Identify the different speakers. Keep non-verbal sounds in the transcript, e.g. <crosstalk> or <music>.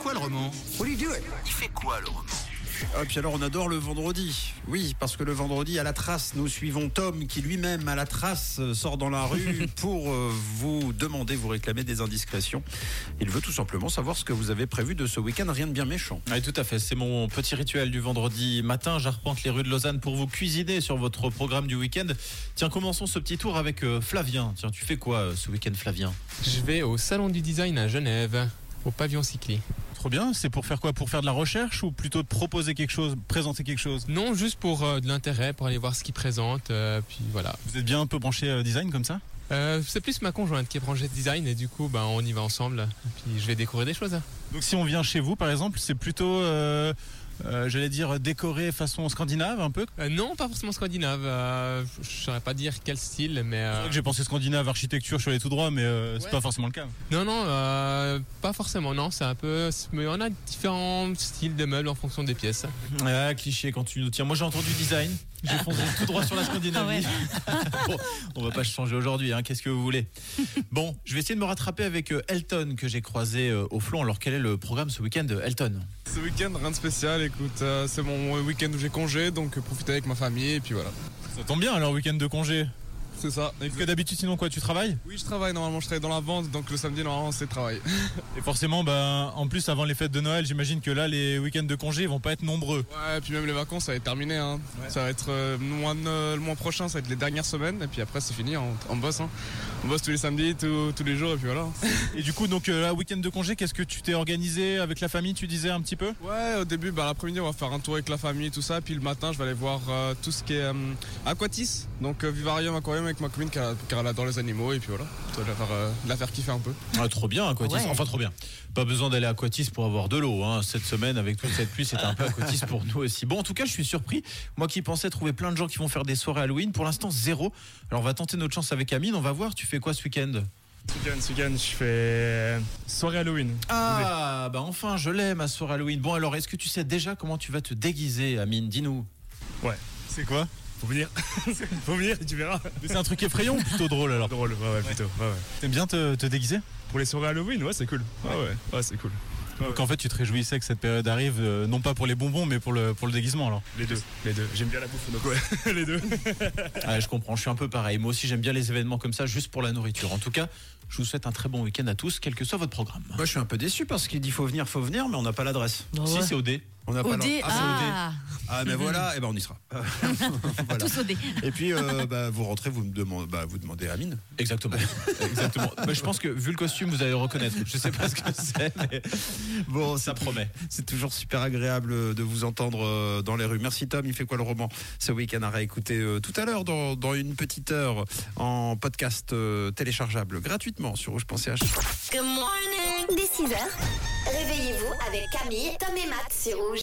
Speaker 1: quoi le roman
Speaker 2: What do you do it?
Speaker 1: Il fait quoi le roman
Speaker 2: Hop, Ah, puis alors on adore le vendredi. Oui, parce que le vendredi, à la trace, nous suivons Tom qui lui-même, à la trace, euh, sort dans la
Speaker 1: <laughs>
Speaker 2: rue pour euh, vous demander, vous réclamer des indiscrétions. Il veut tout simplement savoir ce que vous avez prévu de ce week-end, rien de bien méchant.
Speaker 3: Oui, tout à fait. C'est mon petit rituel du vendredi matin. J'arpente les rues de Lausanne pour vous cuisiner sur votre programme du week-end. Tiens, commençons ce petit tour avec euh, Flavien. Tiens, tu fais quoi euh, ce week-end, Flavien
Speaker 4: Je vais au Salon du Design à Genève, au pavillon cyclé.
Speaker 3: Trop bien. C'est pour faire quoi Pour faire de la recherche ou plutôt de proposer quelque chose, présenter quelque chose
Speaker 4: Non, juste pour euh, de l'intérêt, pour aller voir ce qu'ils présentent, euh, puis voilà.
Speaker 3: Vous êtes bien un peu branché design comme ça
Speaker 4: Euh, c'est plus ma conjointe qui est branchée design et du coup, ben, on y va ensemble, puis je vais découvrir des choses.
Speaker 3: Donc si on vient chez vous, par exemple, c'est plutôt, euh, euh, j'allais dire, décoré façon scandinave un peu.
Speaker 4: Euh, non, pas forcément scandinave, euh, je saurais pas dire quel style, mais... euh,
Speaker 3: C'est vrai que J'ai pensé scandinave, architecture, je suis allé tout droit, mais euh, c'est
Speaker 4: Ouais.
Speaker 3: pas forcément le cas.
Speaker 4: Non, non, euh, pas forcément, non, c'est un peu... Mais on a différents styles de meubles en fonction des pièces.
Speaker 3: Ah, cliché quand tu nous tiens. Moi j'ai entendu design, j'ai foncé tout droit sur la Scandinavie. <laughs> Bon, on va pas se changer aujourd'hui, hein, qu'est-ce que vous voulez Bon, je vais essayer de me rattraper avec euh, Elton que j'ai croisé euh, au flanc. Alors quel est le programme ce week-end, euh, Elton
Speaker 5: Ce week-end, rien de spécial, écoute, euh, c'est mon week-end où j'ai congé, donc euh, profiter avec ma famille, et puis voilà.
Speaker 3: Ça tombe bien alors, week-end de congé.
Speaker 5: C'est ça.
Speaker 3: Parce que d'habitude sinon quoi, tu travailles
Speaker 5: Oui, je travaille, normalement je travaille dans la vente, donc le samedi, normalement c'est travail.
Speaker 3: Et forcément, ben, en plus avant les fêtes de Noël, j'imagine que là les week-ends de congé ils vont pas être nombreux.
Speaker 5: Ouais, et puis même les vacances, ça va être terminé, hein. Ça va être euh, moins de- euh, le mois prochain, ça va être les dernières semaines, et puis après c'est fini, on, on bosse, hein. On bosse tous les samedis, tous- tous les jours, et puis voilà.
Speaker 3: Et du coup, donc euh, là, week-end de congé, qu'est-ce que tu t'es organisé avec la famille, tu disais un petit peu
Speaker 5: Ouais, au début, bah, l'après-midi, on va faire un tour avec la famille, tout ça. Puis le matin, je vais aller voir euh, tout ce qui est euh, aquatis. Donc, euh, vivarium, aquarium avec ma commune car, car elle adore les animaux. Et puis voilà, ça, je vais la faire, euh, la faire kiffer un peu.
Speaker 3: Ah, trop bien, Aquatis.
Speaker 6: Ouais.
Speaker 3: Enfin, trop bien. Pas besoin d'aller à Aquatis pour avoir de l'eau. hein. Cette semaine, avec toute cette pluie, c'était un peu Aquatis pour nous aussi. Bon, en tout cas, je suis surpris. Moi qui pensais trouver plein de gens qui vont faire des soirées Halloween, pour l'instant, zéro. Alors, on va tenter notre chance avec Amine. On va voir, tu fais quoi ce week-end
Speaker 7: Ce week-end, ce week-end, je fais soirée Halloween.
Speaker 3: Ah, bah enfin, je l'ai, ma soirée Halloween. Bon, alors, est-ce que tu sais déjà comment tu vas te déguiser, Amine Dis-nous.
Speaker 7: C'est quoi
Speaker 5: <laughs>
Speaker 7: Faut venir. Faut venir, tu verras.
Speaker 3: C'est un truc effrayant ou plutôt drôle alors
Speaker 7: Drôle, ouais, ouais, plutôt. Ouais, ouais.
Speaker 3: T'aimes bien te, te déguiser
Speaker 7: Pour les soirées Halloween, ouais, c'est cool. Ouais, ouais, ouais, c'est cool.
Speaker 3: Donc, en fait, tu te réjouissais que cette période arrive, euh, non pas pour les bonbons, mais pour le, pour le déguisement alors
Speaker 7: Les deux, les deux. J'aime bien la bouffe, donc ouais, les deux.
Speaker 3: Ah, je comprends, je suis un peu pareil. Moi aussi, j'aime bien les événements comme ça, juste pour la nourriture. En tout cas, je vous souhaite un très bon week-end à tous, quel que soit votre programme.
Speaker 2: Moi, je suis un peu déçu parce qu'il dit faut venir, faut venir, mais on n'a pas l'adresse.
Speaker 3: Si c'est au dé.
Speaker 2: On n'a pas
Speaker 6: OD,
Speaker 2: l'adresse.
Speaker 6: ah,
Speaker 2: Ah, ben voilà, et ben on y sera. Voilà.
Speaker 6: tous au dé.
Speaker 2: Et puis, euh, bah, vous rentrez, vous, me demandez, bah, vous demandez à Mine.
Speaker 3: Exactement. Exactement. Bah, je pense que vu le costume, vous allez le reconnaître. Je sais pas ce que c'est, mais
Speaker 2: Bon,
Speaker 3: ça promet.
Speaker 2: C'est toujours super agréable de vous entendre euh, dans les rues. Merci Tom, il fait quoi le roman ce week-end à réécouter euh, tout à l'heure dans, dans une petite heure en podcast euh, téléchargeable gratuitement sur rouge.ch.
Speaker 8: Dès 6h, réveillez-vous avec Camille, Tom et Matt sur Rouge.